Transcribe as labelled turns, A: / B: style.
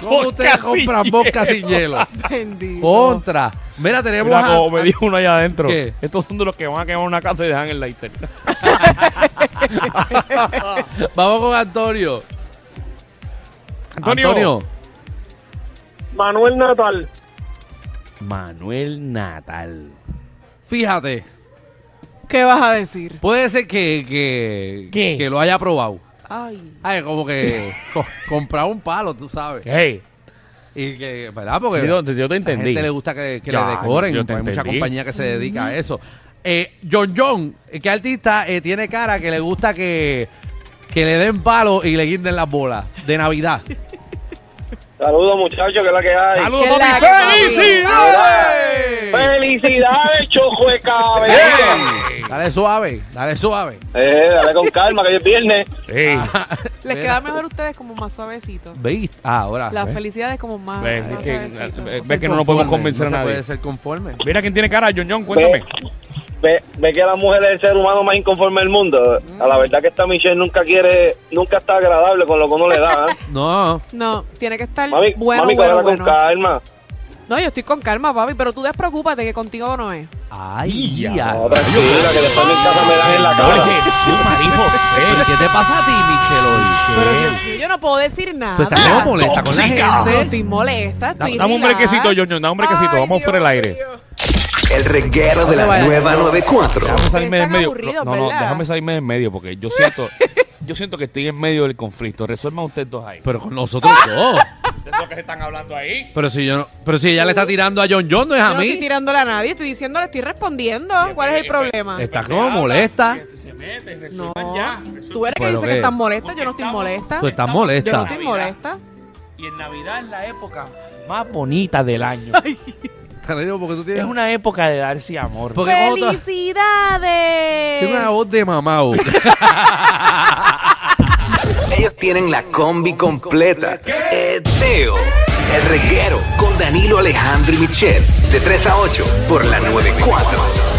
A: ¿Cómo ustedes
B: Boca sin
A: compran boca sin hielo?
C: Bendito.
A: Contra. Mira, tenemos
B: Mira, como
A: a,
B: me dijo uno allá adentro.
A: ¿Qué?
B: Estos son de los que van a quemar una casa y dejan el lighter.
A: Vamos con Antonio.
B: Antonio.
D: Manuel Natal.
B: Manuel Natal.
A: fíjate,
C: ¿Qué vas a decir?
A: puede ser que, que,
B: ¿Qué?
A: que lo haya probado.
C: Ay.
A: Ay, como que co- comprar un palo, tú sabes.
B: Hey,
A: Y que, ¿verdad? Porque
B: Sí, yo te- yo te
A: a esa
B: entendí.
A: gente le gusta que, que
B: Ya,
A: le decoren.
B: yo te
A: Hay mucha
B: entendí.
A: compañía que se dedica a eso. Eh, John John, ¿qué artista eh, tiene cara que le gusta que, que le den palo y le guinden las bolas de Navidad?
D: Saludos, muchachos, que es la que hay.
B: saludos,
C: Qué
B: papi.
C: like, papi.
B: ¡Felicidades!
D: ¡Felicidades, chojo de cabeza!
A: Dale suave, dale suave.
D: Eh, dale con calma, que hoy es viernes.
B: Sí.
C: Les queda mejor a ustedes como más suavecito.
A: ¿Veis? Ah, ahora.
C: La
A: ¿ves?
C: felicidad es como más.
B: Ves,
C: más
B: pues. es que- eh,
C: suavecito.
B: ves
C: se
B: que no nos podemos
C: conforman.
B: convencer a
A: se
B: nadie.
A: puede ser conforme.
B: Mira quién tiene cara, John John, cuéntame.
D: ve, ve que la mujer es el ser humano más inconforme del mundo. A la verdad que esta Michelle nunca quiere, nunca está agradable con lo que uno le da. ¿eh?
A: No.
C: No, tiene que estar
D: Mami,
C: bueno,
D: mami,
C: bueno,
D: cógela
C: bueno.
D: con calma.
C: No, yo estoy con calma, papi, pero tú despreocúpate que contigo no es.
A: Ay,
B: Ya.
A: ya.
D: No, tranquila, que después en mi casa me dan en la
B: Oye,
D: cara.
B: Jesús, María
A: ¿Pero
B: José.
A: ¿Qué te pasa a ti, Michelle, hoy?
C: Yo- Yo no puedo decir
A: Tú
C: nada.
A: estás medio molesta con la
C: No
A: gente.
C: estoy molesta, estoy
B: Dame un
C: relax.
B: brequecito, Johnny, dame un brequecito.
C: Ay,
B: Vamos
C: Dios
B: fuera del aire.
C: mío.
E: El reguero de
A: No te
E: la
A: vayas,
E: nueva
A: no.
E: 94.
B: Déjame salirme del
C: Están
B: medio.
C: aburridos,
B: No, no,
C: ¿verdad?
B: déjame salirme del medio porque yo siento, yo siento que estoy en medio del conflicto. Resuelvan ustedes dos ahí.
A: Pero con nosotros dos.
B: ¿Ustedes son que se están hablando ahí?
A: Pero si yo no, pero si ella le está tirando a John John, no es
C: Yo
A: a
C: no estoy
A: mí.
C: tirándole a nadie, estoy diciéndole, estoy respondiendo. ¿Cuál
B: pues,
C: es el problema?
A: Está como molesta.
B: este Se mete,
C: No,
B: resuelvan pues, ya.
C: tú eres que
A: Pero
C: dices
A: qué.
C: que estás molesta, yo
B: Porque
C: no estoy
B: estamos-
C: molesta.
A: Tú estás
C: Yo no
A: molesta.
C: estoy molesta.
B: Y en Navidad es la época más bonita del año.
A: Te lo digo porque tú tienes
B: es
A: una,
B: una época de darse amor.
A: Porque cuando tú-
C: ¡Felicidades!
A: tienes una voz de mamau.
E: Ellos tienen la combi completa. Eh, Eteo. El reguero con Danilo Alejandro y Michel. De 3 a 8 por la 94.